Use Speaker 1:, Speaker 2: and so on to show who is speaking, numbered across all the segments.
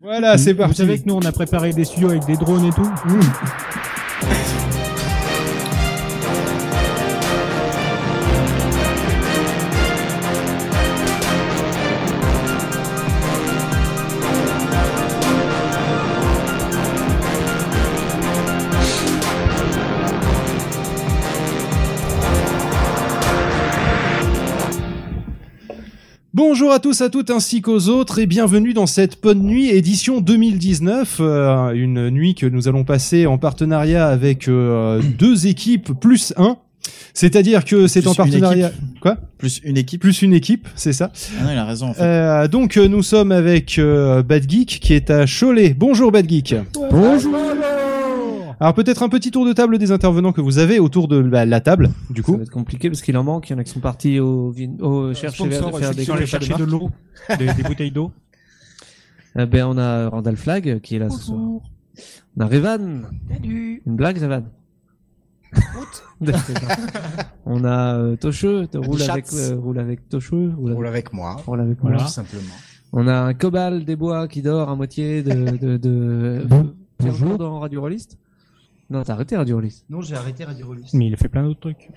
Speaker 1: Voilà, Ah, c'est
Speaker 2: Vous
Speaker 1: parti. Mmh,
Speaker 2: savez que nous, on a préparé des studios avec des drones et tout.
Speaker 1: Bonjour à tous, à toutes ainsi qu'aux autres et bienvenue dans cette Pod Nuit édition 2019, euh, une nuit que nous allons passer en partenariat avec euh, deux équipes plus un. C'est-à-dire que c'est
Speaker 3: Plus
Speaker 1: en
Speaker 3: une
Speaker 1: partenariat quoi
Speaker 3: Plus une équipe.
Speaker 1: Plus une équipe, c'est ça.
Speaker 3: Ah non, il a raison en fait.
Speaker 1: Euh, donc euh, nous sommes avec euh, Bad Geek qui est à Cholet. Bonjour Bad Geek.
Speaker 2: Bonjour
Speaker 1: Alors peut-être un petit tour de table des intervenants que vous avez autour de bah, la table du
Speaker 4: Ça
Speaker 1: coup.
Speaker 4: va être compliqué parce qu'il en manque. Il y en a qui sont partis au, vin-
Speaker 5: Euh,
Speaker 4: au chercher vers- faire des
Speaker 2: Sans aller
Speaker 4: courses à
Speaker 2: chercher de
Speaker 4: marques.
Speaker 2: l'eau, des, des bouteilles d'eau.
Speaker 4: Eh ben, on a Randall Flag qui est là ce soir. On a Revan.
Speaker 6: Salut.
Speaker 4: Une blague, Revan D'accord. On a euh, Tocheux. te Roule
Speaker 7: Chatz.
Speaker 4: avec, euh, roule avec Tocheux. Roule
Speaker 7: Roule
Speaker 4: avec,
Speaker 7: avec moi,
Speaker 4: roule avec
Speaker 2: Voilà.
Speaker 4: moi.
Speaker 7: tout simplement.
Speaker 4: On a un Cobal des Bois qui dort à moitié de. de, de
Speaker 2: Bon-
Speaker 4: Pierre
Speaker 2: bonjour.
Speaker 4: Bourg dans Radio Rolliste Non, t'as arrêté Radio Rolliste.
Speaker 7: Non, j'ai arrêté Radio Rolliste.
Speaker 2: Mais il a fait plein d'autres trucs.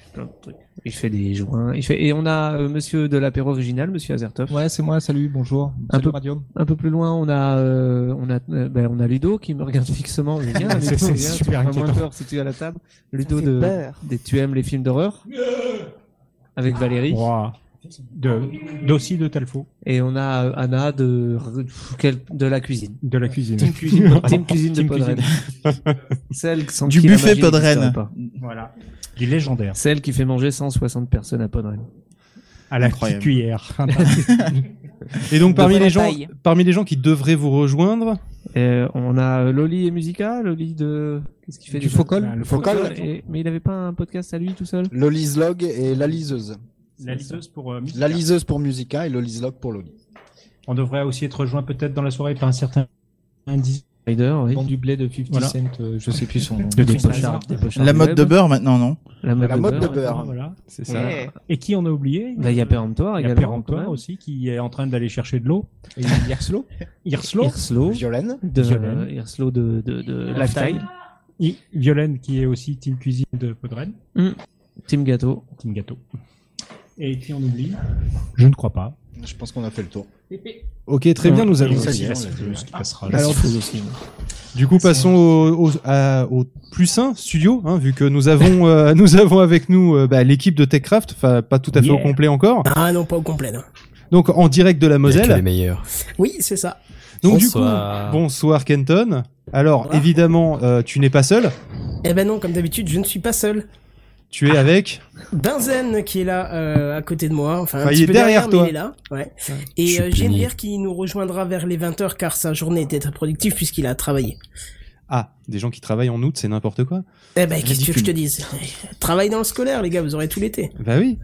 Speaker 4: Il fait des joints. Il fait... Et on a euh, monsieur de l'apéro original, monsieur Azertov.
Speaker 5: Ouais, c'est moi, salut, bonjour.
Speaker 4: Un
Speaker 5: Salut,
Speaker 4: peu-
Speaker 5: Radium.
Speaker 4: Un peu plus loin, on a, euh, on a, euh, ben, on a Ludo qui me regarde fixement. Je "Ah, viens,
Speaker 2: C'est- c'est super
Speaker 4: moins
Speaker 2: inquiétant.
Speaker 4: peur si tu es à la table. Ludo
Speaker 6: fait
Speaker 4: de,
Speaker 6: peur.
Speaker 4: des Tu aimes les films d'horreur avec Valérie.
Speaker 2: Ouah. De, d'aussi de Talfo,
Speaker 4: Et on a euh, Anna de, quel- de la cuisine.
Speaker 2: de la cuisine.
Speaker 4: Cuisine, team cuisine de
Speaker 2: Team
Speaker 4: Podren. Celle sans
Speaker 3: Du
Speaker 4: qui la
Speaker 3: buffet
Speaker 4: magie n'existerait
Speaker 3: Podren.
Speaker 4: pas.
Speaker 2: Voilà. Du légendaire.
Speaker 4: Celle qui fait manger 160 personnes à Podren.
Speaker 2: À la
Speaker 3: Incroyable.
Speaker 2: petite cuillère.
Speaker 1: Et donc parmi
Speaker 6: Devant
Speaker 1: les
Speaker 6: la
Speaker 1: gens,
Speaker 6: taille.
Speaker 1: parmi les gens qui devraient vous rejoindre,
Speaker 4: Et on a euh, Loli et Musica, Loli de, qu'est-ce qu'il fait
Speaker 5: Du
Speaker 4: déjà
Speaker 5: Focal.
Speaker 2: le
Speaker 4: Focal, et- mais il avait pas un podcast à lui tout seul
Speaker 7: Le Lislog et la liseuse.
Speaker 2: La liseuse pour euh, Mika.
Speaker 7: La liseuse pour Musica et le Lislog pour Loli.
Speaker 2: On devrait aussi être rejoint peut-être dans la soirée par un certain indice
Speaker 4: Rider, oui.
Speaker 5: Vend du blé de 50
Speaker 2: Voilà.
Speaker 5: cent, euh, je sais plus son nom.
Speaker 2: de
Speaker 4: Des
Speaker 2: Tristan
Speaker 4: pochards,
Speaker 2: Lazare.
Speaker 4: des pochards
Speaker 3: La
Speaker 4: du
Speaker 3: mode
Speaker 4: web.
Speaker 3: de beurre maintenant, non
Speaker 4: La mode,
Speaker 7: La
Speaker 4: de,
Speaker 7: mode de
Speaker 4: beurre.
Speaker 7: beurre.
Speaker 2: Voilà.
Speaker 1: c'est ça.
Speaker 6: Eh.
Speaker 2: Et qui on a oublié
Speaker 4: Bah, il y a Péremptoire,
Speaker 2: Il y a
Speaker 4: également.
Speaker 2: Péremptoire aussi qui est en train d'aller chercher de l'eau.
Speaker 5: Et Yerslo
Speaker 2: Hirslo,
Speaker 4: Hirslo,
Speaker 7: Violaine.
Speaker 4: de,
Speaker 2: Violaine.
Speaker 4: Hirslo de, de, de Lifetime.
Speaker 2: I- Violaine qui est aussi team cuisine de Podren,
Speaker 4: Team Gâteau.
Speaker 2: team gâteau. Et qui on oublie Je ne crois pas.
Speaker 7: Je pense qu'on a fait le tour.
Speaker 1: Ok, très bien, nous allons. Ah,
Speaker 7: Ça,
Speaker 2: aussi
Speaker 7: c'est
Speaker 2: la
Speaker 7: bon, là,
Speaker 2: Siffleuse
Speaker 7: tu-
Speaker 2: qui passera.
Speaker 4: La
Speaker 2: Alors,
Speaker 4: Siffleuse aussi.
Speaker 1: Du coup, passons au, au, à- au plus 1 studio, hein, vu que nous avons, euh, nous avons avec nous euh, bah, l'équipe de TechCraft, enfin pas tout à fait au
Speaker 2: Yeah.
Speaker 1: complet encore,
Speaker 8: Ah non, pas au complet. non.
Speaker 1: donc en direct de la
Speaker 9: Que les
Speaker 1: Moselle.
Speaker 9: meilleurs.
Speaker 8: Oui, c'est ça.
Speaker 1: Donc
Speaker 9: Bonsoir.
Speaker 1: du coup, bonsoir Kenton. Alors
Speaker 8: Bonsoir.
Speaker 1: évidemment, euh, tu n'es pas seul,
Speaker 8: Eh ben non, comme d'habitude, je ne suis pas seul.
Speaker 1: tu es avec.
Speaker 8: Benzen qui est là euh, à côté de moi, enfin un
Speaker 1: Enfin, il
Speaker 8: petit
Speaker 1: est
Speaker 8: peu
Speaker 1: derrière
Speaker 8: derrière,
Speaker 1: toi.
Speaker 8: mais il est là. Ouais.
Speaker 9: Je
Speaker 8: Et
Speaker 9: suis
Speaker 8: euh, j'ai une
Speaker 9: puni.
Speaker 8: bière qui nous rejoindra vers les 20h car sa journée était très productive puisqu'il a travaillé.
Speaker 1: Ah, des gens qui travaillent en août, c'est n'importe quoi.
Speaker 8: Eh ben qu'est-ce que tu veux que je te dise Travaille dans le scolaire, les gars, vous aurez tout l'été.
Speaker 1: Bah oui.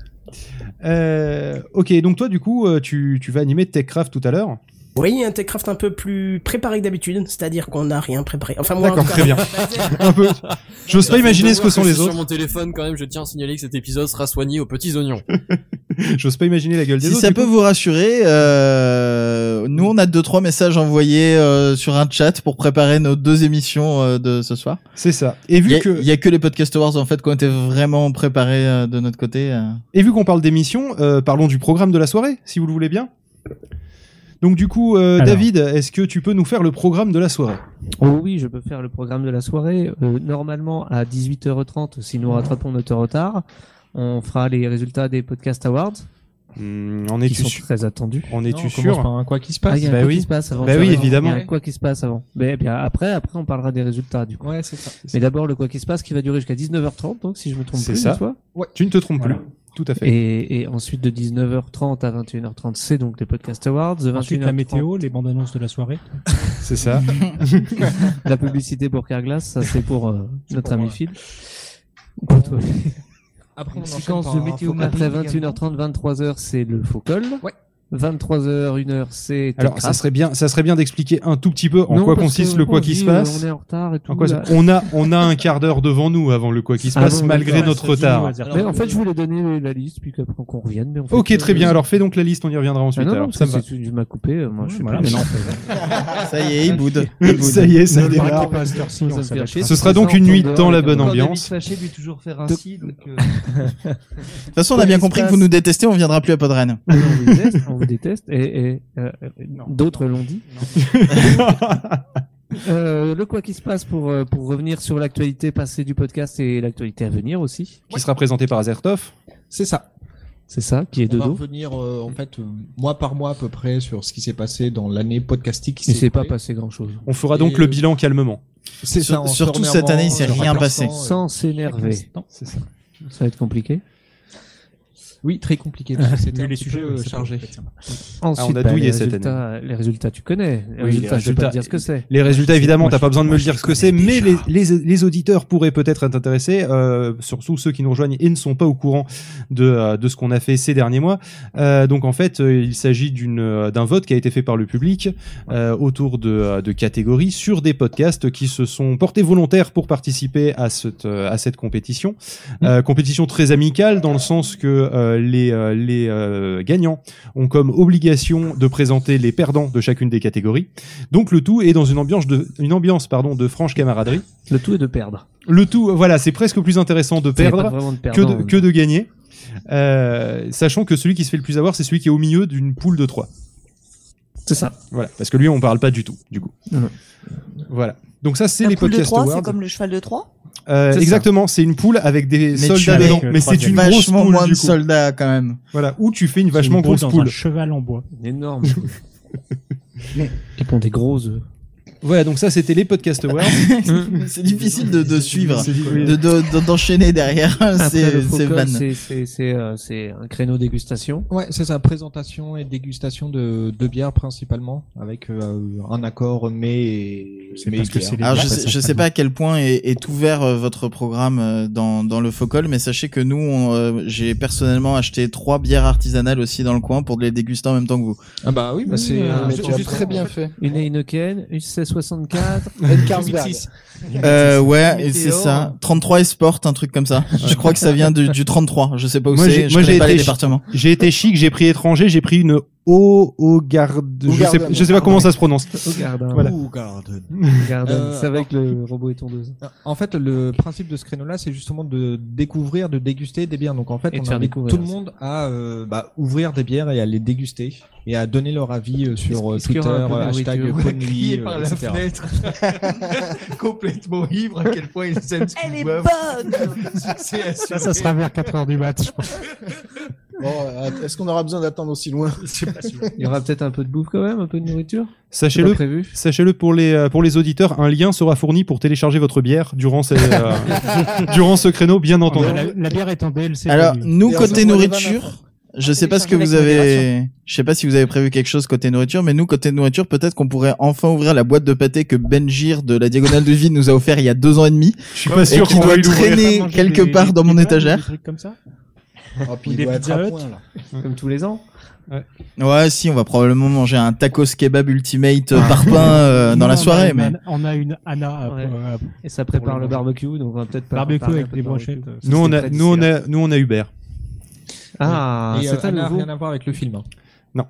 Speaker 1: Euh, ok, donc toi du coup, euh, tu, tu vas animer TechCraft tout à l'heure.
Speaker 8: Oui, un Techcraft un peu plus préparé que d'habitude, c'est-à-dire qu'on n'a rien préparé. Enfin moi, en
Speaker 1: D'accord,
Speaker 8: tout cas,
Speaker 1: très bien.
Speaker 3: Bah,
Speaker 1: Un peu. J'ose pas imaginer ce que sont les
Speaker 10: Sur
Speaker 1: autres.
Speaker 10: mon téléphone, quand même, je tiens à signaler que cet épisode sera soigné aux petits oignons.
Speaker 1: J'ose pas imaginer la gueule des
Speaker 3: Si
Speaker 1: autres.
Speaker 3: ça
Speaker 1: du
Speaker 3: peut
Speaker 1: coup.
Speaker 3: vous rassurer, euh, nous on a deux trois messages envoyés euh, sur un chat pour préparer nos deux émissions euh, de ce soir.
Speaker 1: C'est ça. Et
Speaker 3: Il y,
Speaker 1: vu
Speaker 3: a-
Speaker 1: que
Speaker 3: il y a que les podcast awards en fait qui ont été vraiment préparés euh, de notre côté. euh.
Speaker 1: Et vu qu'on parle d'émission, euh, parlons du programme de la soirée, si vous le voulez bien. Donc du coup, euh,
Speaker 2: Alors.
Speaker 1: David, est-ce que tu peux nous faire le programme de la soirée
Speaker 4: Oh oui, je peux faire le programme de la soirée. Euh, normalement, à 18h30, si nous rattrapons notre retard, on fera les résultats des Podcast Awards,
Speaker 1: Hmm, En
Speaker 4: qui sont très attendus.
Speaker 1: En
Speaker 5: Non, on commence par un quoi qui se
Speaker 4: Ah,
Speaker 5: passe
Speaker 4: il y a
Speaker 1: bah
Speaker 4: un quoi
Speaker 1: oui.
Speaker 4: qui se passe avant.
Speaker 1: Bah oui,
Speaker 4: Il y a
Speaker 1: évidemment.
Speaker 4: un quoi qui se passe avant. Mais eh bien après, après, on parlera des résultats
Speaker 1: Ah,
Speaker 4: du coup.
Speaker 5: Ouais, c'est ça.
Speaker 4: Mais d'abord, le quoi qui se passe qui va durer jusqu'à 19h30, donc si je me trompe
Speaker 1: C'est
Speaker 4: plus,
Speaker 1: ça.
Speaker 4: cette fois.
Speaker 1: Tu ne te trompes
Speaker 2: Voilà.
Speaker 1: plus. Tout à fait.
Speaker 4: Et, et ensuite de 19h30 à 21h30, c'est donc les Podcast Awards. De 21h30,
Speaker 2: ensuite, la météo, les bandes annonces de la soirée.
Speaker 1: C'est ça.
Speaker 4: la publicité pour Carglass, ça c'est pour euh, notre ami Phil. Pour toi.
Speaker 5: Après, on enchaîne
Speaker 4: Séquence
Speaker 5: par
Speaker 4: de
Speaker 5: un
Speaker 4: météo
Speaker 5: faux-
Speaker 4: après 21h30, 23h, c'est le faux col.
Speaker 5: Ouais.
Speaker 4: 23h, 1h, c'est
Speaker 1: Alors, ça serait bien, ça serait bien d'expliquer un tout petit peu en quoi consiste le quoi qui se passe.
Speaker 4: On est en retard et tout. euh,
Speaker 1: En quoi-
Speaker 4: là.
Speaker 1: on a, on a un quart d'heure devant nous avant le quoi qui se
Speaker 4: Ah
Speaker 1: passe,
Speaker 4: bon,
Speaker 1: malgré
Speaker 4: d'accord.
Speaker 1: notre
Speaker 2: Ça se joue au
Speaker 1: retard.
Speaker 2: hasard.
Speaker 4: Mais en fait,
Speaker 5: euh,
Speaker 4: je voulais donner la liste, puis qu'après qu'on revienne. mais en fait,
Speaker 1: Ok, très
Speaker 4: euh,
Speaker 1: bien. Alors, fais donc la liste, on y reviendra
Speaker 4: Ah
Speaker 1: ensuite.
Speaker 4: non, non,
Speaker 1: alors.
Speaker 4: parce
Speaker 1: ça
Speaker 4: que
Speaker 1: me va.
Speaker 4: c'est- tu m'as coupé, euh, moi je sais
Speaker 2: Voilà,
Speaker 4: pas.
Speaker 2: mais non,
Speaker 1: Ah,
Speaker 3: Ça y est, il boude. Il boude.
Speaker 1: Ça y est, ça
Speaker 2: Ne le
Speaker 1: démarre.
Speaker 2: braquez pas à cette heure-ci,
Speaker 4: Ça
Speaker 2: on
Speaker 4: me fait
Speaker 2: s'arrête
Speaker 4: chier.
Speaker 2: pas.
Speaker 1: Ce sera donc une nuit dans la bonne ambiance.
Speaker 6: Fâché de lui toujours faire
Speaker 4: De-
Speaker 6: ainsi. Donc, euh,
Speaker 3: De toute façon, on a bien compris que vous nous détestez, on viendra plus à Podren.
Speaker 4: on vous déteste, on vous déteste, et, et, euh, euh, d'autres l'ont dit. Euh, le quoi qui se passe pour, euh, pour revenir sur l'actualité passée du podcast et l'actualité à venir aussi,
Speaker 1: Qui sera présenté par Azertov.
Speaker 5: C'est ça.
Speaker 4: c'est ça qui est
Speaker 6: on va
Speaker 4: dodo.
Speaker 6: revenir euh, en fait euh, mois par mois à peu près sur ce qui s'est passé dans l'année podcastique. qui
Speaker 4: Il
Speaker 6: s'est
Speaker 4: s'est pas
Speaker 6: écoulée.
Speaker 4: passé grand chose.
Speaker 1: On fera
Speaker 6: Et,
Speaker 1: donc le
Speaker 6: euh,
Speaker 1: bilan calmement.
Speaker 6: C'est
Speaker 3: Sur-
Speaker 6: ça, en
Speaker 3: surtout
Speaker 6: se
Speaker 3: cette année, il s'est
Speaker 6: remerciant,
Speaker 3: rien
Speaker 6: en
Speaker 3: passé.
Speaker 6: remerciant,
Speaker 4: Sans
Speaker 6: euh,
Speaker 4: s'énerver,
Speaker 5: Non, c'est ça.
Speaker 4: ça va être compliqué.
Speaker 6: euh, Oui, très compliqué. parce que C'était un
Speaker 5: Vu les
Speaker 6: petit
Speaker 5: sujets,
Speaker 6: peu,
Speaker 5: euh,
Speaker 6: euh,
Speaker 5: chargés.
Speaker 4: Ensuite,
Speaker 1: Ah, a
Speaker 4: bah,
Speaker 1: douillé
Speaker 4: les,
Speaker 1: cette
Speaker 4: résultats, les résultats, tu connais.
Speaker 1: Oui,
Speaker 4: Les
Speaker 1: les
Speaker 4: résultats, je vais pas
Speaker 1: résultats-
Speaker 4: te dire ce que c'est.
Speaker 1: Les résultats, évidemment,
Speaker 4: moi,
Speaker 1: t'as
Speaker 4: je-
Speaker 1: pas besoin de me
Speaker 4: moi,
Speaker 1: le
Speaker 4: je
Speaker 1: dire
Speaker 4: les
Speaker 1: ce que c'est,
Speaker 4: connais
Speaker 1: mais les,
Speaker 4: déjà.
Speaker 1: les, les auditeurs pourraient peut-être être intéressés, euh, surtout ceux qui nous rejoignent et ne sont pas au courant de, euh, de ce qu'on a fait ces derniers mois. Euh, donc, en fait, euh, il s'agit d'une, euh, d'un vote qui a été fait par le public euh, autour de, euh, de catégories sur des podcasts qui se sont portés volontaires pour participer à cette, euh, à cette compétition.
Speaker 4: Mmh.
Speaker 1: Euh, compétition très amicale dans le sens que euh, les, euh, les euh, gagnants ont comme obligation de présenter les perdants de chacune des catégories. Donc le tout est dans une ambiance de, une ambiance pardon, de franche camaraderie.
Speaker 4: Le tout est de perdre.
Speaker 1: Le tout, voilà, c'est presque plus intéressant de
Speaker 4: Il y a pas
Speaker 1: perdre
Speaker 4: vraiment de
Speaker 1: que
Speaker 4: perdant.
Speaker 1: de, que de gagner. Euh, sachant que celui qui se fait le plus avoir, c'est celui qui est au milieu d'une poule de 3.
Speaker 4: C'est ça.
Speaker 1: Voilà, parce que lui, on parle pas du tout, du coup.
Speaker 4: Non, non.
Speaker 1: Voilà. Donc ça, c'est
Speaker 9: La
Speaker 1: les
Speaker 9: poule de
Speaker 1: podcasts
Speaker 9: trois, c'est
Speaker 1: awards.
Speaker 9: comme le cheval de Troie.
Speaker 1: Euh,
Speaker 4: C'est ça.
Speaker 1: exactement, c'est une poule avec des
Speaker 3: tu
Speaker 1: soldats
Speaker 3: avais
Speaker 1: dedans.
Speaker 2: que
Speaker 1: Mais c'est
Speaker 2: troisième.
Speaker 1: une grosse
Speaker 3: Vachement
Speaker 1: poule,
Speaker 3: moins
Speaker 1: du
Speaker 3: de
Speaker 1: coup.
Speaker 3: soldats, quand même.
Speaker 1: Voilà, ou tu fais une vachement
Speaker 2: Une boule
Speaker 1: grosse
Speaker 2: dans
Speaker 1: poule.
Speaker 2: un cheval en bois.
Speaker 4: Une énorme. Ils pondent des gros œufs.
Speaker 1: Voilà, donc ça, c'était les podcasts awards.
Speaker 3: c'est difficile de, de suivre,
Speaker 1: C'est-
Speaker 3: de- de- d'enchaîner derrière
Speaker 4: Après, le
Speaker 3: ces, ces
Speaker 4: faux col,
Speaker 3: vannes.
Speaker 4: c'est c'est- c'est, euh, c'est un créneau dégustation.
Speaker 6: Ouais, c'est ça, présentation et dégustation de, de bière principalement, avec euh, un accord mais et
Speaker 2: C'est
Speaker 6: mets
Speaker 2: parce
Speaker 6: et
Speaker 2: que
Speaker 6: bière.
Speaker 2: c'est les-
Speaker 3: Alors je
Speaker 2: Ouais,
Speaker 3: sais,
Speaker 2: ça,
Speaker 3: je
Speaker 2: ça
Speaker 3: sais
Speaker 2: me-
Speaker 3: pas à quel point est, est ouvert euh, votre programme euh, dans, dans le Focol, mais sachez que nous, on, euh, j'ai personnellement acheté trois bières artisanales aussi dans le coin pour les déguster en même temps que vous.
Speaker 6: Ah bah oui, bah c'est
Speaker 4: Ah,
Speaker 6: euh,
Speaker 4: mais
Speaker 6: c'est
Speaker 4: tu as
Speaker 6: juste
Speaker 4: très bien
Speaker 6: fait.
Speaker 4: Une Heineken, une C64.
Speaker 7: Ed Carlsberg.
Speaker 6: Carlsberg.
Speaker 3: Euh, ouais, et
Speaker 4: Météo.
Speaker 3: c'est ça. 33 Esport, un truc comme ça. Je crois que ça vient du, du 33. Je sais pas où
Speaker 1: Moi, j'ai-
Speaker 3: c'est. Je
Speaker 1: moi,
Speaker 3: connais
Speaker 1: j'ai
Speaker 3: pas les
Speaker 1: été-
Speaker 3: départements.
Speaker 1: J'ai été chic, j'ai pris étranger, j'ai pris une O, O garde, je sais,
Speaker 7: Garden.
Speaker 1: je sais pas comment ça se prononce.
Speaker 4: Au Garden.
Speaker 1: Voilà.
Speaker 4: Garden.
Speaker 6: Euh,
Speaker 4: c'est avec le robot et tondeuse.
Speaker 6: En fait, le principe de ce créneau-là, c'est justement de découvrir, de déguster des bières. Donc en fait,
Speaker 4: Et de
Speaker 6: on
Speaker 4: faire
Speaker 6: invite
Speaker 4: découvrir
Speaker 6: tout le
Speaker 4: aussi.
Speaker 6: monde à euh, bah, ouvrir des bières et à les déguster et à donner leur avis euh, sur
Speaker 4: Est-ce-
Speaker 6: euh,
Speaker 4: est-ce qu'il y
Speaker 6: Twitter,
Speaker 4: aura un peu de
Speaker 6: hashtag
Speaker 4: nourriture
Speaker 6: Bonne Crier Nuit, par euh, la etc. fenêtre.
Speaker 7: Complètement ivre, à quel point ils aiment ce
Speaker 9: Elle est bonne
Speaker 2: Ça, ça sera vers 4h du mat, je pense.
Speaker 7: Bon, euh, est-ce qu'on aura besoin d'attendre aussi loin
Speaker 4: Il y aura peut-être un peu de bouffe quand même, un peu de nourriture. C'est pas
Speaker 1: Sachez-le,
Speaker 4: prévu.
Speaker 1: sachez-le pour les euh, pour les auditeurs, un lien sera fourni pour télécharger votre bière durant ces, euh, durant ce créneau, bien entendu.
Speaker 2: La, la bière est en DLC.
Speaker 3: Alors,
Speaker 2: prévue.
Speaker 3: nous,
Speaker 7: Et on
Speaker 3: côté
Speaker 7: envoie les vannes
Speaker 3: nourriture, je sais pas ce que
Speaker 9: télécharger
Speaker 3: vous
Speaker 9: avec
Speaker 3: avez, je sais pas si vous avez prévu quelque chose côté nourriture, mais nous, côté nourriture, peut-être qu'on pourrait enfin ouvrir la boîte de pâté que Benjir de la Diagonale de Vie nous a offert il y a deux ans et demi.
Speaker 1: Je suis pas
Speaker 3: Et
Speaker 1: sûr
Speaker 3: qui
Speaker 1: qu'on va
Speaker 3: doit
Speaker 1: l'ouvrir.
Speaker 3: traîner
Speaker 2: Manger
Speaker 3: quelque
Speaker 2: des-
Speaker 3: part
Speaker 2: des-
Speaker 3: dans mon
Speaker 2: des pâtes,
Speaker 3: étagère.
Speaker 2: Des trucs comme ça.
Speaker 6: Ah,
Speaker 7: Oh, puis
Speaker 2: Ou
Speaker 7: il
Speaker 2: des
Speaker 7: doit être
Speaker 2: Pizza
Speaker 7: à
Speaker 2: Hut.
Speaker 7: point, là.
Speaker 4: Comme tous les ans.
Speaker 3: Ouais, si, on va probablement manger un tacos kebab ultimate euh, par pain euh, dans
Speaker 2: Non,
Speaker 3: la
Speaker 2: on a
Speaker 3: soirée,
Speaker 2: une-
Speaker 3: mais
Speaker 2: On a une Anna. euh,
Speaker 4: Ouais.
Speaker 2: euh,
Speaker 4: Et ça prépare
Speaker 2: Pour le
Speaker 4: le barbecue, donc on va peut-être pas.
Speaker 2: Barbecue
Speaker 4: parler un
Speaker 2: avec
Speaker 4: peu
Speaker 2: des
Speaker 4: de
Speaker 2: brochettes.
Speaker 4: barbecue.
Speaker 1: Nous on
Speaker 4: Ça,
Speaker 1: a
Speaker 4: c'est
Speaker 1: nous on
Speaker 3: hein.
Speaker 4: très
Speaker 1: a nous on a Uber.
Speaker 4: Ah,
Speaker 6: et, euh,
Speaker 4: c'est un
Speaker 6: Anna,
Speaker 4: nouveau.
Speaker 6: rien à voir avec le film. hein.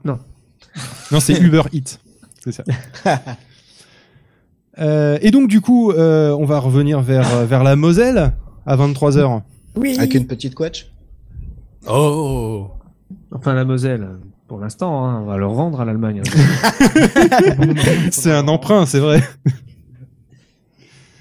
Speaker 1: Non, c'est Uber Eats. C'est ça. Euh, et donc du coup, euh, on va revenir vers euh, vers la Moselle à 23 h
Speaker 8: Oui.
Speaker 7: Avec une petite couette
Speaker 10: Oh
Speaker 4: Enfin, la Moselle, pour l'instant, hein, on va le rendre à l'Allemagne. hein,
Speaker 1: C'est un emprunt, c'est vrai.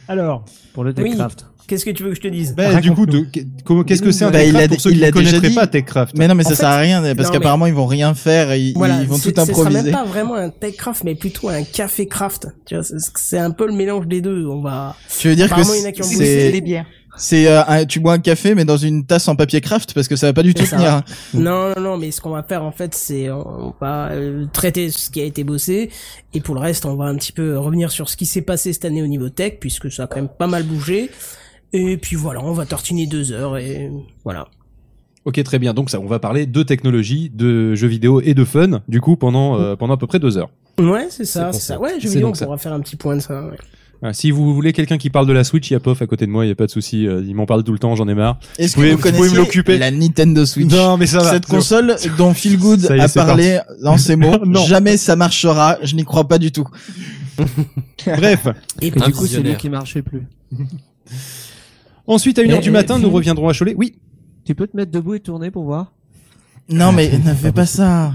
Speaker 2: Alors,
Speaker 4: pour le Techcraft.
Speaker 8: Qu'est-ce que tu veux que je te dise
Speaker 1: Bah, du coup, de- comment- qu'est-ce que c'est un
Speaker 3: Bah, il
Speaker 1: Techcraft
Speaker 3: l'a
Speaker 1: pour
Speaker 3: dé-
Speaker 1: ceux
Speaker 3: il
Speaker 1: qui ne
Speaker 3: l'a déjà
Speaker 1: connaîtraient
Speaker 3: dit.
Speaker 1: pas Techcraft
Speaker 3: mais non, mais ça
Speaker 8: En
Speaker 3: sert à rien parce
Speaker 8: non,
Speaker 3: qu'apparemment ils vont rien faire, ils,
Speaker 8: Voilà,
Speaker 3: ils vont
Speaker 8: c'est-
Speaker 3: tout improviser.
Speaker 8: Ce sera même pas vraiment un tech craft, mais plutôt un café craft. Tu vois, c'est- c'est un peu le mélange des deux. On va.
Speaker 3: Tu veux dire que
Speaker 8: Apparemment, il y en a qui ont
Speaker 9: Oui, c'est des
Speaker 3: c'est
Speaker 9: bières.
Speaker 3: c'est euh, un- tu bois un café mais dans une tasse en papier craft parce que ça va pas du tout hein.
Speaker 8: C'est ça.
Speaker 3: tenir.
Speaker 8: Non, non, non, mais ce qu'on va faire en fait, c'est on va euh, traiter ce qui a été bossé et pour le reste, on va un petit peu revenir sur ce qui s'est passé cette année au niveau tech puisque ça a quand même pas mal bougé. Et puis voilà, on va tartiner deux heures et voilà.
Speaker 1: Ok, très bien. Donc ça, on va parler de technologie, de jeux vidéo et de fun, du coup, pendant, euh, pendant à peu près deux heures.
Speaker 8: Ouais, c'est ça, c'est ça.
Speaker 1: concept.
Speaker 8: Ouais, je
Speaker 1: C'est
Speaker 8: vais on
Speaker 1: donc ça.
Speaker 8: pourra faire un petit point de ça. ouais.
Speaker 1: Voilà, si vous voulez quelqu'un qui parle de la Switch, il y a Pof à côté de moi, il y a pas de souci. euh, il m'en parle tout le temps, j'en ai marre.
Speaker 3: Est-ce
Speaker 1: Vous
Speaker 3: que
Speaker 1: pouvez-
Speaker 3: vous
Speaker 1: vous pouvez me
Speaker 3: connaissez
Speaker 1: l'occuper.
Speaker 3: la Nintendo Switch
Speaker 1: Non, mais ça va.
Speaker 3: Cette
Speaker 1: c'est bon.
Speaker 3: console dont Phil Good
Speaker 1: Ça y est,
Speaker 3: a
Speaker 1: c'est
Speaker 3: parlé dans ces mots,
Speaker 1: Non.
Speaker 3: jamais ça marchera, je n'y crois pas du tout.
Speaker 1: Bref.
Speaker 8: Et
Speaker 10: Un
Speaker 4: Et du coup, c'est lui
Speaker 10: visionnaire.
Speaker 4: qui marchait plus.
Speaker 1: Ensuite, à une heure
Speaker 4: Et-
Speaker 1: du
Speaker 4: et-
Speaker 1: matin, nous
Speaker 4: Phil-
Speaker 1: reviendrons à Cholet. Oui.
Speaker 4: Tu peux te mettre debout et tourner pour voir
Speaker 3: Non mais ne fais pas ça.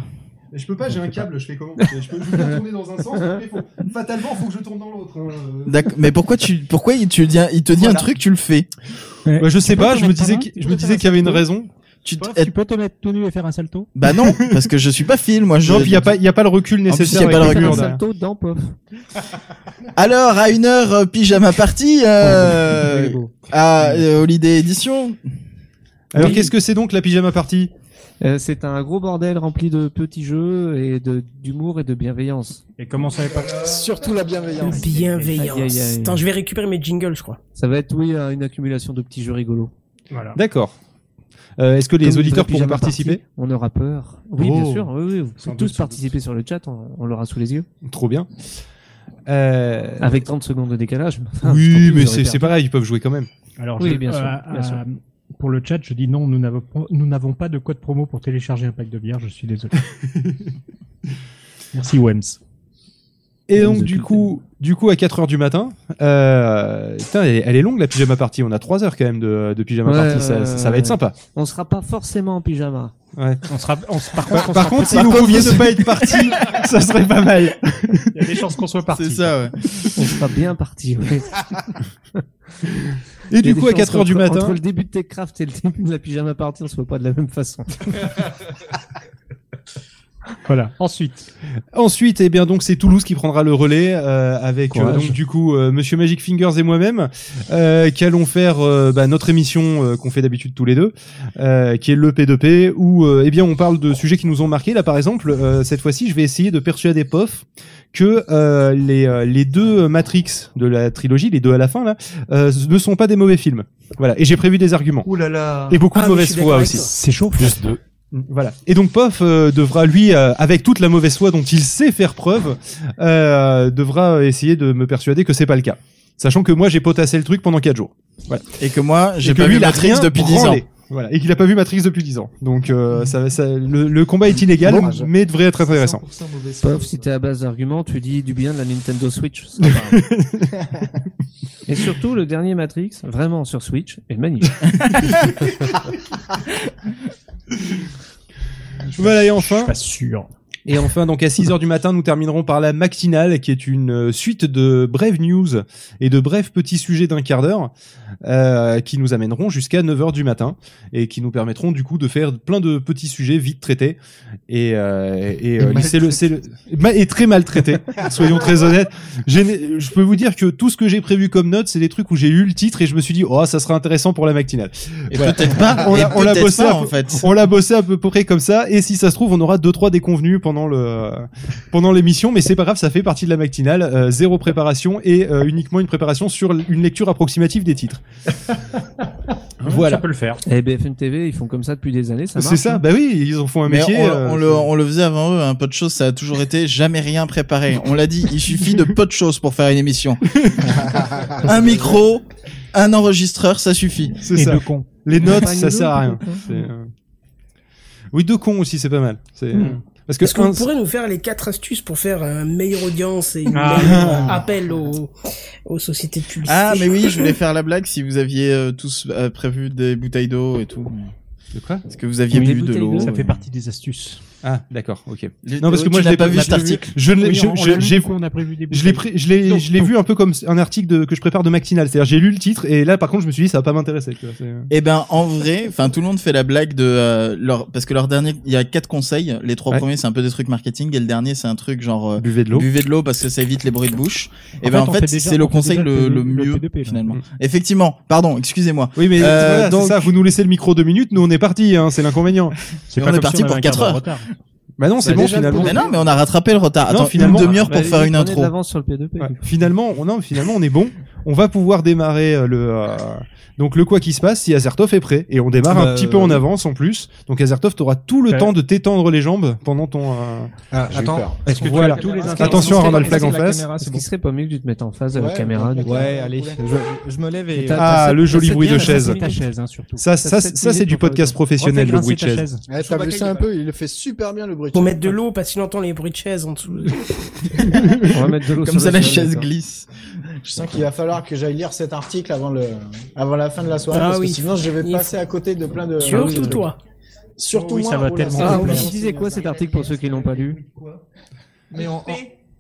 Speaker 7: Mais je peux pas, j'ai un câble, je fais comment Je peux je peux pas tourner dans un sens, mais faut, fatalement, faut que je tourne dans l'autre. hein.
Speaker 3: D'accord, mais pourquoi tu pourquoi il tu dis un- il te dit
Speaker 7: Voilà.
Speaker 3: un truc, tu le fais
Speaker 1: Bah, je sais
Speaker 5: peux
Speaker 1: pas,
Speaker 5: te
Speaker 1: je me
Speaker 5: mettre
Speaker 1: disais,
Speaker 5: par là,
Speaker 1: qu'il-
Speaker 5: tu
Speaker 1: je me
Speaker 5: peux
Speaker 1: disais
Speaker 5: faire
Speaker 1: qu'il y avait une
Speaker 5: un salto.
Speaker 1: raison. Ah,
Speaker 3: tu eh, te-
Speaker 5: Tu peux te mettre tout nu et faire un salto
Speaker 3: Bah non, parce que je suis pas Phil moi, je
Speaker 1: Non, puis il y a pas, il y a pas le recul
Speaker 3: plus,
Speaker 1: nécessaire.
Speaker 3: il y a pas le
Speaker 1: avec
Speaker 3: recul.
Speaker 1: mur
Speaker 4: un
Speaker 1: derrière.
Speaker 4: salto dans Pof.
Speaker 3: Alors à une heure euh, pyjama party euh, à euh, Holiday Edition.
Speaker 1: Alors, qu'est-ce que c'est donc la pyjama party
Speaker 4: Euh, c'est un gros bordel rempli de petits jeux et de d'humour et de bienveillance.
Speaker 2: Et comment ça va pas
Speaker 5: Surtout la bienveillance.
Speaker 8: Bienveillance.
Speaker 4: Aïe, aïe, aïe.
Speaker 8: Attends, je vais récupérer mes jingles, je crois.
Speaker 4: Ça va être, oui, un- une accumulation de petits jeux rigolos.
Speaker 2: Voilà.
Speaker 1: D'accord. Euh, Est-ce que les
Speaker 4: Comme
Speaker 1: auditeurs
Speaker 4: la
Speaker 1: pourront
Speaker 4: pyjama
Speaker 1: participer
Speaker 4: party, On aura peur. Oui, bien
Speaker 1: Oh.
Speaker 4: sûr. Oui, oui, vous pouvez
Speaker 2: Sans doute,
Speaker 4: tous
Speaker 2: sans
Speaker 4: participer sur le chat. On, on l'aura sous les yeux.
Speaker 1: Trop bien. Euh,
Speaker 4: Avec 30 secondes de décalage.
Speaker 1: oui, mais c'est c'est pas grave, ils peuvent jouer quand même.
Speaker 2: Alors,
Speaker 4: Oui,
Speaker 2: je- euh,
Speaker 4: bien sûr, bien sûr.
Speaker 2: Pour le chat, je dis non, nous n'avons pas- nous n'avons pas de code promo pour télécharger un pack de bière, je suis désolé. Merci Wems.
Speaker 1: Et
Speaker 4: Vous
Speaker 1: donc
Speaker 4: occultez.
Speaker 1: du coup, du coup à 4 heures du matin, euh, putain, elle, est- elle est longue la pyjama party. On a 3 heures quand même de, de pyjama
Speaker 4: Ouais,
Speaker 1: party.
Speaker 4: ouais,
Speaker 1: ça,
Speaker 4: ouais,
Speaker 1: ça- ça va être
Speaker 4: ouais.
Speaker 1: sympa.
Speaker 4: On sera pas forcément en pyjama.
Speaker 2: On sera, on, s- par contre, on
Speaker 1: Par
Speaker 2: sera-
Speaker 1: contre, si vous pouviez ne pas être parti, ça serait pas mal.
Speaker 2: il y a des chances qu'on soit parti.
Speaker 3: C'est ça ouais.
Speaker 4: On sera bien parti. ouais.
Speaker 1: Et
Speaker 4: Il y a
Speaker 1: du
Speaker 4: des
Speaker 1: coup à
Speaker 4: chances
Speaker 1: 4 heures du
Speaker 4: qu'entre-
Speaker 1: matin,
Speaker 4: Entre le début de Techcraft et le début de la pyjama party, on se voit pas de la même façon.
Speaker 2: Voilà. Ensuite,
Speaker 1: ensuite, eh bien donc c'est Toulouse qui prendra le relais euh, avec euh,
Speaker 4: Courage.
Speaker 1: donc du coup euh, Monsieur Magic Fingers et moi-même, euh, qui allons faire euh, bah, notre émission euh, qu'on fait d'habitude tous les deux, euh, qui est le P2P où euh, eh bien on parle de sujets qui nous ont marqués. Là par exemple, euh, cette fois-ci, je vais essayer de persuader Pof que euh, les, euh, les deux Matrix de la trilogie, les deux à la fin, là, euh, ne sont pas des mauvais films. Voilà. Et j'ai prévu des arguments.
Speaker 7: Ouh là là.
Speaker 1: Et beaucoup
Speaker 8: Ah,
Speaker 1: de
Speaker 8: mais je suis
Speaker 1: mauvaise
Speaker 8: d'accord
Speaker 1: foi
Speaker 8: avec
Speaker 1: aussi.
Speaker 8: toi.
Speaker 2: c'est chaud.
Speaker 1: Voilà. Et donc Pof euh, devra lui, euh, avec toute la mauvaise foi dont il sait faire preuve, euh, devra essayer de me persuader que c'est pas le cas, sachant que moi j'ai potassé le truc pendant quatre jours.
Speaker 3: Et que moi, j'ai
Speaker 1: Et que
Speaker 3: pas
Speaker 1: lui,
Speaker 3: vu
Speaker 1: il a
Speaker 3: Matrix
Speaker 1: rien
Speaker 3: depuis 10 ans.
Speaker 1: branlé. Voilà. Et qu'il a pas vu Matrix depuis 10 ans. Donc euh, ça, ça- le, le combat est inégal,
Speaker 5: Dommage.
Speaker 1: mais devrait être intéressant.
Speaker 7: 100% mauvaise
Speaker 4: Pof,
Speaker 7: chose.
Speaker 4: si t'es à base d'arguments, tu dis du bien de la Nintendo Switch. ça va. et surtout, le dernier Matrix, vraiment sur Switch, est magnifique.
Speaker 1: Voilà et enfin.
Speaker 2: Pas sûr.
Speaker 1: Et enfin, donc à 6 heures du matin, nous terminerons par la matinale, qui est une euh, suite de brèves news et de brefs petits sujets d'un quart d'heure, euh, qui nous amèneront jusqu'à 9 heures du matin et qui nous permettront du coup de faire plein de petits sujets vite traités et, euh, et euh, c'est le, c'est le, ma- et très mal traités. soyons très honnêtes. J'ai né- Je peux vous dire que tout ce que j'ai prévu comme note, c'est des trucs où j'ai eu le titre et je me suis dit, oh, ça sera intéressant pour la matinale. Bah,
Speaker 3: Et peut-être pas.
Speaker 1: On
Speaker 3: et
Speaker 1: l'a- on l'a
Speaker 3: peut-être
Speaker 1: bossé
Speaker 3: pas,
Speaker 1: un peu.
Speaker 3: en fait.
Speaker 1: On l'a bossé à peu près comme ça, et si ça se trouve, on aura deux trois déconvenus pendant le pendant l'émission, mais c'est pas grave, ça fait partie de la matinale. euh, zéro préparation et euh, uniquement une préparation sur l- une lecture approximative des titres.
Speaker 2: Voilà.
Speaker 1: voilà.
Speaker 2: Ça peut le faire.
Speaker 4: Et BFM TV, ils font comme ça depuis des années, ça marche. hein.
Speaker 1: C'est ça, bah oui, ils en font un
Speaker 3: Mais
Speaker 1: métier.
Speaker 3: on,
Speaker 1: euh,
Speaker 3: on le, on le faisait avant eux, un peu de choses, ça a toujours été jamais rien préparé. On l'a dit, il suffit de peu de choses pour faire une émission. un micro, un enregistreur, ça suffit.
Speaker 1: c'est
Speaker 2: Et
Speaker 1: ça.
Speaker 2: deux cons.
Speaker 1: Les notes,
Speaker 4: Campagne
Speaker 1: ça sert à rien.
Speaker 4: Lulu, peut-être,
Speaker 1: C'est, euh, Oui, deux cons aussi, c'est pas mal. C'est
Speaker 4: Hmm.
Speaker 1: parce que
Speaker 8: Est-ce que
Speaker 1: un-
Speaker 8: vous pourrez nous faire les quatre astuces pour faire un meilleur audience et une
Speaker 2: Ah.
Speaker 8: meilleure appel aux, aux sociétés de publicité
Speaker 3: Ah, mais oui, je voulais faire la blague si vous aviez euh, tous euh, prévu des bouteilles d'eau et tout.
Speaker 1: De quoi
Speaker 3: Est-ce que vous aviez
Speaker 4: Oui, les
Speaker 3: bu de
Speaker 4: bouteilles
Speaker 3: l'eau
Speaker 4: d'eau,
Speaker 2: Ça
Speaker 3: euh,
Speaker 2: fait partie des astuces.
Speaker 1: Ah, d'accord, ok.
Speaker 3: les-
Speaker 1: Non, parce que
Speaker 3: tu
Speaker 1: moi je
Speaker 3: l'as
Speaker 1: l'ai pas vu
Speaker 3: cet article.
Speaker 1: Je ne l'ai,
Speaker 2: Oui,
Speaker 1: je-
Speaker 2: on- on
Speaker 1: je-
Speaker 2: l'a vu,
Speaker 1: j'ai
Speaker 2: du coup, on a prévu des
Speaker 1: Je l'ai,
Speaker 2: bouteilles.
Speaker 1: pré- je l'ai,
Speaker 2: Donc,
Speaker 1: je l'ai
Speaker 2: donc.
Speaker 1: vu un peu comme un article de, que je prépare de matinale. C'est-à-dire, j'ai lu le titre et là, par contre, je me suis dit, ça va pas m'intéresser. tu vois, c'est-
Speaker 3: Eh ben, en vrai, enfin, tout le monde fait la blague de euh, leur, parce que leur dernier, il y a quatre conseils. Les trois
Speaker 1: Ouais.
Speaker 3: premiers, c'est un peu des trucs marketing et le dernier, c'est un truc genre, euh,
Speaker 1: Buvez de l'eau.
Speaker 3: Buvez de l'eau parce que ça évite les bruits de bouche. Et
Speaker 2: En
Speaker 3: ben
Speaker 2: fait,
Speaker 3: en
Speaker 2: on
Speaker 3: fait,
Speaker 2: fait déjà-
Speaker 3: c'est le
Speaker 2: on fait
Speaker 3: conseil
Speaker 2: déjà le-
Speaker 3: le, le
Speaker 2: le E
Speaker 3: mieux
Speaker 2: PDP, là.
Speaker 3: finalement.
Speaker 1: Mm.
Speaker 3: Effectivement, pardon, excusez-moi.
Speaker 1: Oui, mais
Speaker 3: Euh,
Speaker 1: voilà,
Speaker 3: donc-
Speaker 1: c'est ça. Vous nous laissez le micro deux minutes, nous on est parti. Hein, c'est l'inconvénient.
Speaker 2: C'est
Speaker 3: on
Speaker 2: pas
Speaker 3: est
Speaker 2: comme
Speaker 3: parti
Speaker 2: si
Speaker 3: pour
Speaker 2: avait un quart
Speaker 3: quatre
Speaker 2: d'heure
Speaker 3: heures.
Speaker 2: de retard.
Speaker 1: Bah non, c'est
Speaker 3: Bah
Speaker 1: bon
Speaker 3: déjà, le
Speaker 1: finalement.
Speaker 3: Mais non, mais on a rattrapé le retard.
Speaker 1: Non,
Speaker 3: Attends,
Speaker 1: finalement,
Speaker 3: une demi-heure
Speaker 1: bah,
Speaker 3: pour faire une
Speaker 4: prenez de
Speaker 3: intro.
Speaker 4: l'avance sur le PS2.
Speaker 1: Ouais. Finalement, on, Oh non, finalement, on est bon. On va pouvoir démarrer euh, le euh, donc le quoi qui se passe si Azertov est prêt et on démarre un
Speaker 6: Bah,
Speaker 1: petit peu
Speaker 6: euh,
Speaker 1: en avance en plus. Donc Azertov, t'auras tout le
Speaker 2: Ouais.
Speaker 1: temps de t'étendre les jambes pendant ton. euh,
Speaker 6: Ah,
Speaker 7: J'ai eu peur.
Speaker 6: attends, est-ce que tu
Speaker 1: Voilà.
Speaker 6: as tous les
Speaker 1: Attention
Speaker 6: instants-
Speaker 1: à
Speaker 6: est-ce que
Speaker 1: Randall
Speaker 6: la-
Speaker 1: Flagg en
Speaker 6: est-ce que la
Speaker 1: face.
Speaker 6: caméra,
Speaker 4: Ce
Speaker 6: c'est
Speaker 4: qui serait pas mieux que tu te mettes en face de la
Speaker 6: Ouais,
Speaker 4: caméra. du
Speaker 6: bon.
Speaker 4: coup.
Speaker 6: Ouais, allez, je, je me lève et.
Speaker 4: Et t'as-
Speaker 1: Ah, le joli
Speaker 4: c'est
Speaker 1: bruit
Speaker 4: bien,
Speaker 1: de
Speaker 4: ça,
Speaker 1: chaise.
Speaker 4: c'est
Speaker 2: Ta
Speaker 4: bien.
Speaker 2: chaise, hein, surtout.
Speaker 1: Ça, ça,
Speaker 4: sept
Speaker 1: ça, c'est
Speaker 4: minutes
Speaker 1: du
Speaker 4: pour
Speaker 1: podcast
Speaker 4: faire-
Speaker 1: professionnel le
Speaker 2: Refais
Speaker 1: bruit de
Speaker 2: grincer ta
Speaker 1: chaise.
Speaker 5: Eh, T'as vu ça un peu Il le fait super bien le bruit.
Speaker 8: Faut mettre de l'eau parce qu'il entend les bruits de chaises en dessous.
Speaker 4: On va mettre de l'eau
Speaker 3: Comme
Speaker 4: sur
Speaker 3: ça, la
Speaker 4: sol,
Speaker 3: chaise
Speaker 4: d'accord.
Speaker 3: glisse.
Speaker 5: Je sens qu'il va falloir que j'aille lire cet article avant le, avant la fin de la soirée,
Speaker 8: Ah
Speaker 5: parce
Speaker 8: oui.
Speaker 5: que sinon je vais
Speaker 8: Il
Speaker 5: passer à côté de plein de.
Speaker 8: Surtout toi.
Speaker 5: Surtout
Speaker 2: Oui,
Speaker 5: moi.
Speaker 2: ça va
Speaker 5: Oh là,
Speaker 2: tellement
Speaker 5: ça
Speaker 4: Ah,
Speaker 5: va
Speaker 4: vous
Speaker 5: me
Speaker 4: utilisez quoi cet article pour ceux qui l'ont pas lu
Speaker 6: Mais en, en-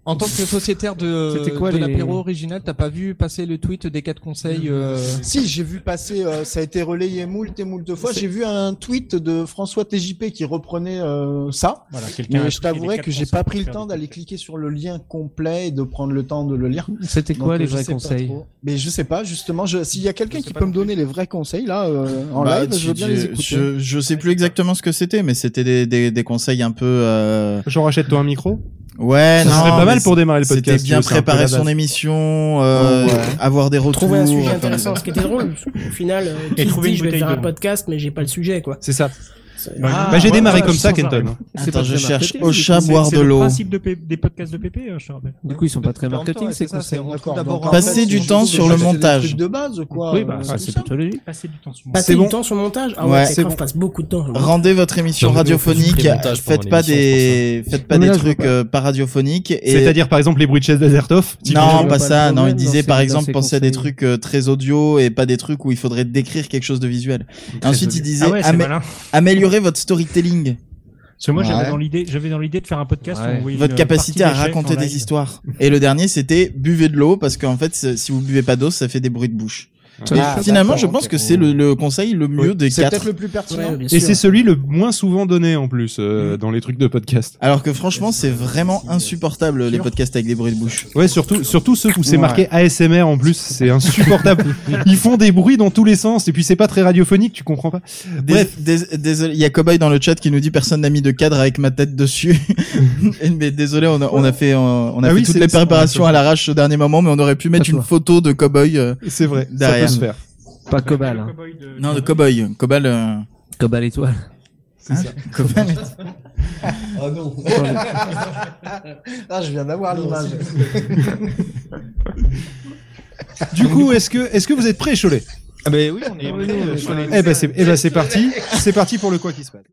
Speaker 6: en tant que sociétaire
Speaker 4: C'était
Speaker 6: de,
Speaker 4: quoi
Speaker 6: de
Speaker 4: les-
Speaker 6: l'apéro original, t'as pas vu passer le tweet des quatre conseils euh,
Speaker 5: Si, j'ai vu passer, euh, ça a été relayé moult et moult fois. J'ai vu un tweet de François TJP qui reprenait euh, ça.
Speaker 2: Voilà, quelqu'un a
Speaker 5: Mais
Speaker 2: pris
Speaker 5: je
Speaker 2: les
Speaker 5: t'avouerai
Speaker 2: quatre
Speaker 5: que j'ai
Speaker 2: conseils
Speaker 5: pas pris
Speaker 2: pour
Speaker 5: le
Speaker 2: faire
Speaker 5: temps
Speaker 2: des
Speaker 5: d'aller
Speaker 2: podcasts.
Speaker 5: cliquer sur le lien complet et de prendre le temps de le lire.
Speaker 4: C'était quoi
Speaker 5: Donc, euh,
Speaker 4: les
Speaker 5: je
Speaker 4: vrais
Speaker 5: sais pas
Speaker 4: conseils
Speaker 5: trop. Mais je sais pas, justement, je- s'il y a quelqu'un
Speaker 6: Je sais
Speaker 5: qui
Speaker 6: pas
Speaker 5: peut
Speaker 6: non
Speaker 5: me donner les vrais conseils là euh, en
Speaker 3: Bah,
Speaker 5: live,
Speaker 3: tu-
Speaker 5: je veux bien
Speaker 3: tu-
Speaker 5: les écouter.
Speaker 3: Je, je sais plus exactement ce que c'était, mais c'était des, des, des conseils un peu. euh,
Speaker 1: Genre achète-toi un micro.
Speaker 3: Ouais,
Speaker 1: Ça
Speaker 3: Eh non.
Speaker 1: serait pas
Speaker 3: mais
Speaker 1: mal pour démarrer le
Speaker 3: C'était
Speaker 1: podcast.
Speaker 3: bien
Speaker 1: tu vois, c'est un peu la
Speaker 3: préparer son
Speaker 1: base.
Speaker 3: émission, euh,
Speaker 5: Ouais.
Speaker 3: avoir des retours. euh,
Speaker 8: Trouver un sujet
Speaker 3: enfin,
Speaker 8: intéressant, ce qui était drôle. Au final, euh, qui se
Speaker 2: trouver
Speaker 8: dit
Speaker 2: une
Speaker 8: je vais
Speaker 2: bouteille
Speaker 8: faire un
Speaker 2: d'eau.
Speaker 8: podcast, mais j'ai pas le sujet, quoi.
Speaker 1: C'est ça.
Speaker 8: C'est-
Speaker 2: Ah,
Speaker 1: bah j'ai
Speaker 2: ouais,
Speaker 1: démarré
Speaker 2: ouais,
Speaker 1: comme ça,
Speaker 2: sans arrêt.
Speaker 1: Kenton.
Speaker 4: C'est
Speaker 3: Attends,
Speaker 4: pas
Speaker 3: je
Speaker 4: très
Speaker 3: cherche
Speaker 4: marketing,
Speaker 3: au
Speaker 4: du
Speaker 3: chat
Speaker 4: coup,
Speaker 3: boire
Speaker 2: C'est
Speaker 3: de
Speaker 2: le
Speaker 3: l'eau.
Speaker 2: principe de P- des podcasts de PP, euh, je te rappelle.
Speaker 4: c'est- Du coup, ils sont pas très
Speaker 6: En même temps,
Speaker 4: marketing
Speaker 6: ouais,
Speaker 4: ces
Speaker 6: c'est ça,
Speaker 4: conseils.
Speaker 6: c'est- on
Speaker 5: D'accord,
Speaker 6: trouve d'abord
Speaker 5: donc, en
Speaker 3: passer
Speaker 5: fait,
Speaker 3: du
Speaker 5: c'est
Speaker 3: temps
Speaker 5: juste
Speaker 3: sur le
Speaker 5: des
Speaker 3: montage.
Speaker 5: trucs de base, quoi.
Speaker 4: Oui, bah,
Speaker 5: euh,
Speaker 4: ça,
Speaker 5: tout
Speaker 4: c'est
Speaker 5: ça.
Speaker 4: plutôt logique.
Speaker 2: Passer du temps sur moi.
Speaker 8: Passer
Speaker 1: bon.
Speaker 8: du temps sur le montage Ah
Speaker 3: Ouais,
Speaker 8: ouais,
Speaker 3: c'est
Speaker 8: c'est grave,
Speaker 1: bon.
Speaker 8: passe beaucoup de temps. genre.
Speaker 3: Rendez votre émission
Speaker 10: Non, mais nous, on fait du
Speaker 3: radiophonique.
Speaker 10: pré-montage pendant
Speaker 3: Faites pas
Speaker 10: l'émission,
Speaker 3: des, faites pas
Speaker 4: Non, mais
Speaker 3: des
Speaker 4: là, je
Speaker 3: trucs
Speaker 4: vois pas.
Speaker 3: euh, pas radiophoniques. Et
Speaker 1: C'est-à-dire par exemple les bruits de chaise d'Azertov.
Speaker 4: Typiquement,
Speaker 3: Non,
Speaker 4: je
Speaker 3: pas
Speaker 4: vois pas
Speaker 3: ça.
Speaker 4: le
Speaker 3: Non, il
Speaker 4: problème dans
Speaker 3: disait
Speaker 4: ces-
Speaker 3: par
Speaker 4: dans
Speaker 3: exemple
Speaker 4: ces
Speaker 3: penser à des
Speaker 4: conseils.
Speaker 3: trucs euh, très audio et pas des trucs où il faudrait décrire quelque chose de visuel. Et ensuite, il disait
Speaker 2: Ah ouais, c'est
Speaker 3: amé-
Speaker 2: malin.
Speaker 3: améliorer votre storytelling,
Speaker 2: Parce que moi, j'avais
Speaker 3: Ouais.
Speaker 2: dans l'idée, j'avais dans l'idée de faire un podcast.
Speaker 4: Ouais.
Speaker 2: où on voyait
Speaker 3: votre
Speaker 2: une euh,
Speaker 3: capacité à
Speaker 2: partie d'échecs
Speaker 3: raconter
Speaker 2: en
Speaker 3: des
Speaker 2: live.
Speaker 3: histoires. Et le dernier, c'était buvez de l'eau parce qu'en fait, c'est- si vous buvez pas d'eau, ça fait des bruits de bouche.
Speaker 5: Ah,
Speaker 3: Et
Speaker 4: Bah,
Speaker 5: d'accord,
Speaker 3: finalement, je
Speaker 5: ok.
Speaker 3: pense que c'est le, le conseil le mieux des
Speaker 5: C'est
Speaker 3: quatre.
Speaker 5: peut-être le plus pertinent.
Speaker 8: Ouais, bien
Speaker 1: Et
Speaker 8: sûr.
Speaker 1: c'est celui le moins souvent donné en plus euh, dans les trucs de podcast.
Speaker 3: Alors que franchement, c'est vraiment insupportable les podcasts avec des bruits de bouche.
Speaker 1: Ouais, surtout, surtout ceux où c'est
Speaker 3: Ouais.
Speaker 1: marqué ASMR en plus, c'est insupportable. Ils font des bruits dans tous les sens et puis c'est pas très radiophonique, tu comprends pas.
Speaker 3: Dés-
Speaker 1: Bref.
Speaker 3: dés- Désolé, il y a Cowboy dans le chat qui nous dit personne n'a mis de cadre avec ma tête dessus. Et- mais désolé, on a, on a fait, euh, on a
Speaker 1: Ah
Speaker 3: fait
Speaker 1: oui,
Speaker 3: toutes
Speaker 1: c'est-
Speaker 3: les préparations à l'arrache au dernier moment, mais on aurait pu mettre une photo de Cowboy. euh,
Speaker 1: C'est vrai,
Speaker 3: Derrière.
Speaker 1: ça peut se faire.
Speaker 4: Pas Cobal. Hein.
Speaker 2: Cowboy de-
Speaker 3: non, de Cowboy. Cowboy. euh,
Speaker 4: Cobal étoile.
Speaker 3: Cowboy.
Speaker 5: Ah non. ah, je viens d'avoir l'image.
Speaker 1: Du coup, est-ce que, est-ce que vous êtes prêts, Cholet
Speaker 4: euh,
Speaker 6: Ah, ben oui, on est.
Speaker 4: Eh,
Speaker 1: Eh ben c'est, eh ben c'est parti. C'est parti pour le quoi qui se passe.